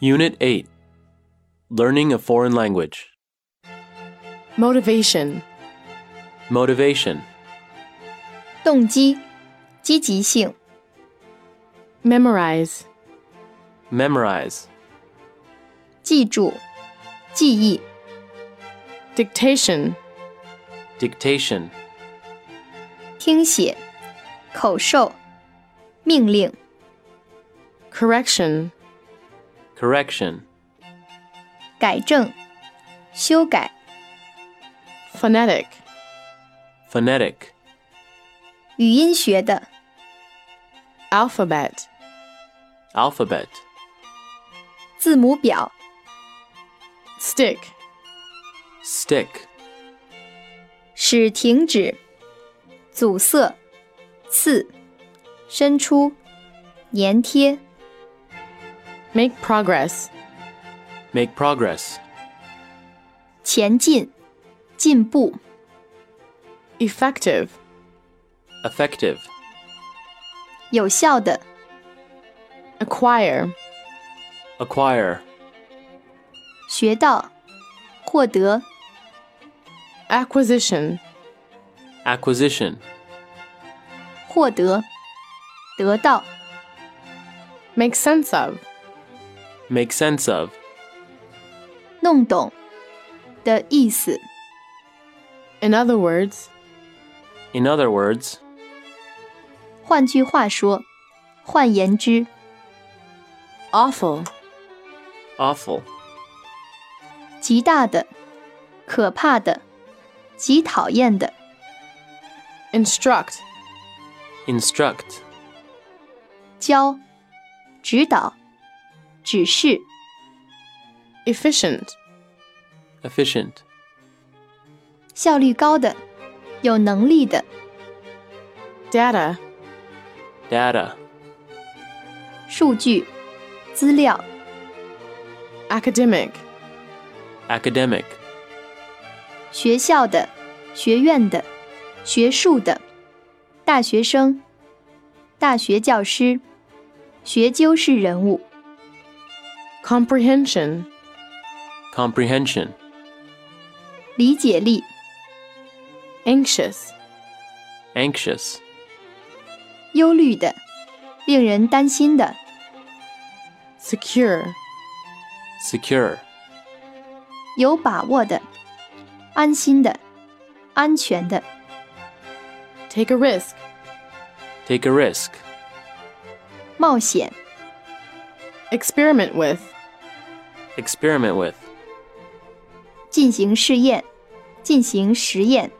Unit 8 Learning a Foreign Language Motivation. Motivation 动机、积极性、 Memorize. Memorize 记住、记忆、 Dictation. Dictation 听写、口授、命令、 Correction. Correction 改正、修改、 Phonetic. Phonetic 语音学的、 Alphabet. Alphabet 字母表、 Stick. Stick 使停止、阻塞、刺、伸出、粘贴、 Make progress. Make Progress 前进、进步、 Effective. Effective 有效的、 Acquire. Acquire 学到、获得、 Acquisition. Acquisition 获得、得到、 Make sense of. Make Sense of 弄懂的意思。 In other words, In other words 换句话说，换言之， awful. Awful 极大的、可怕的、极讨厌的。 Instruct. Instruct 教、指导、指示、 Efficient. Efficient 效率高的、有能力的、 Data. Data 数据、资料、 Academic. Academic 学校的、学院的、学术的、大学生、大学教师、学究式人物、 Comprehension. Comprehension 理解力、 Anxious. Anxious 忧虑的、令人担心的、 Secure. Secure 有把握的、安心的、安全的、 Take a risk. Take a Risk 冒险、 Experiment with. Experiment with 进行试验、进行实验、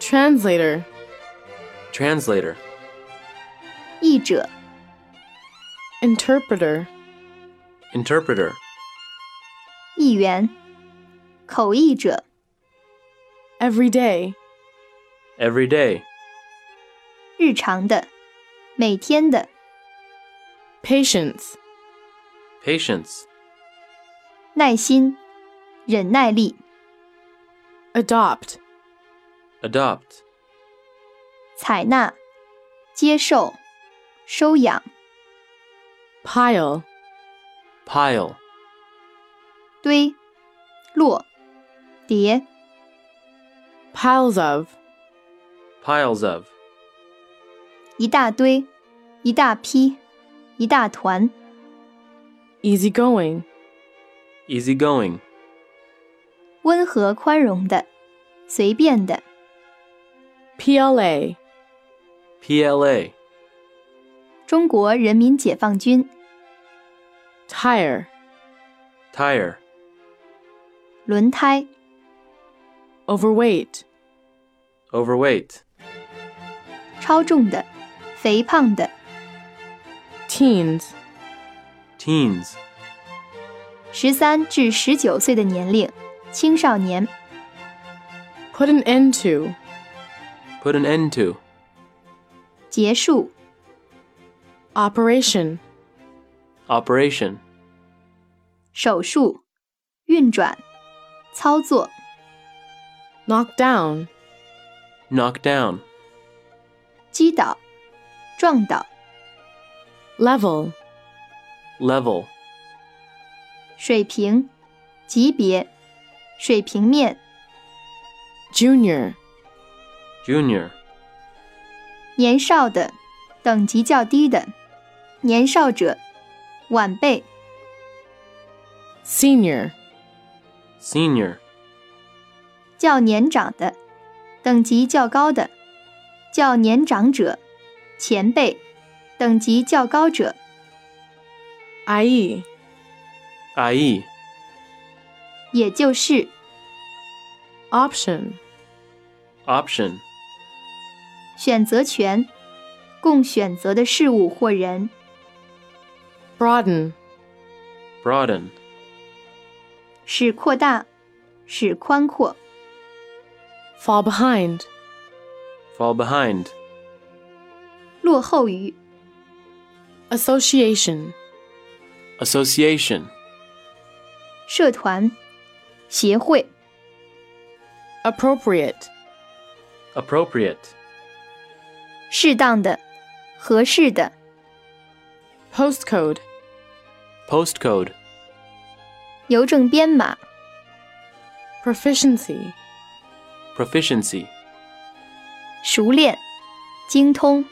Translator. Translator 译者、 Interpreter. Interpreter 译员、口译者、 Every day. Every day 日常的、每天的、 Patience. Patience 耐心、忍耐力、 Adopt. Adopt 采纳、接受、收养、 Pile. Pile 堆、落、叠、 Piles of. Piles of 一大堆、一大批、一大团、 Easygoing. Easygoing 温和宽容的、随便的、 PLA. PLA 中国人民解放军、 Tire. Tire 轮胎、 Overweight. Overweight 超重的、肥胖的、 Teens. Teens 十三至十九岁的年龄、青少年、 Put an end to. Put an end to 结束、 Operation. Operation 手术、运转、操作、 Knock down. Knock down 击倒、撞倒、 Level. Level 水平、级别、水平面、 junior, junior, 年少的、等级较低的、年少者、晚辈、 senior, senior, 较年长的、等级较高的、较年长者、前辈、等级较高者、 IE, IE, 也就是。 option, option, 选择权，供选择的事物或人； broaden, broaden, 使扩大，使宽阔； fall behind, fall behind, 落后于， association, association, 社团、协会； appropriate, appropriate, 适当的，合适的； postcode, postcode, 邮政编码； proficiency, proficiency, 熟练、精通；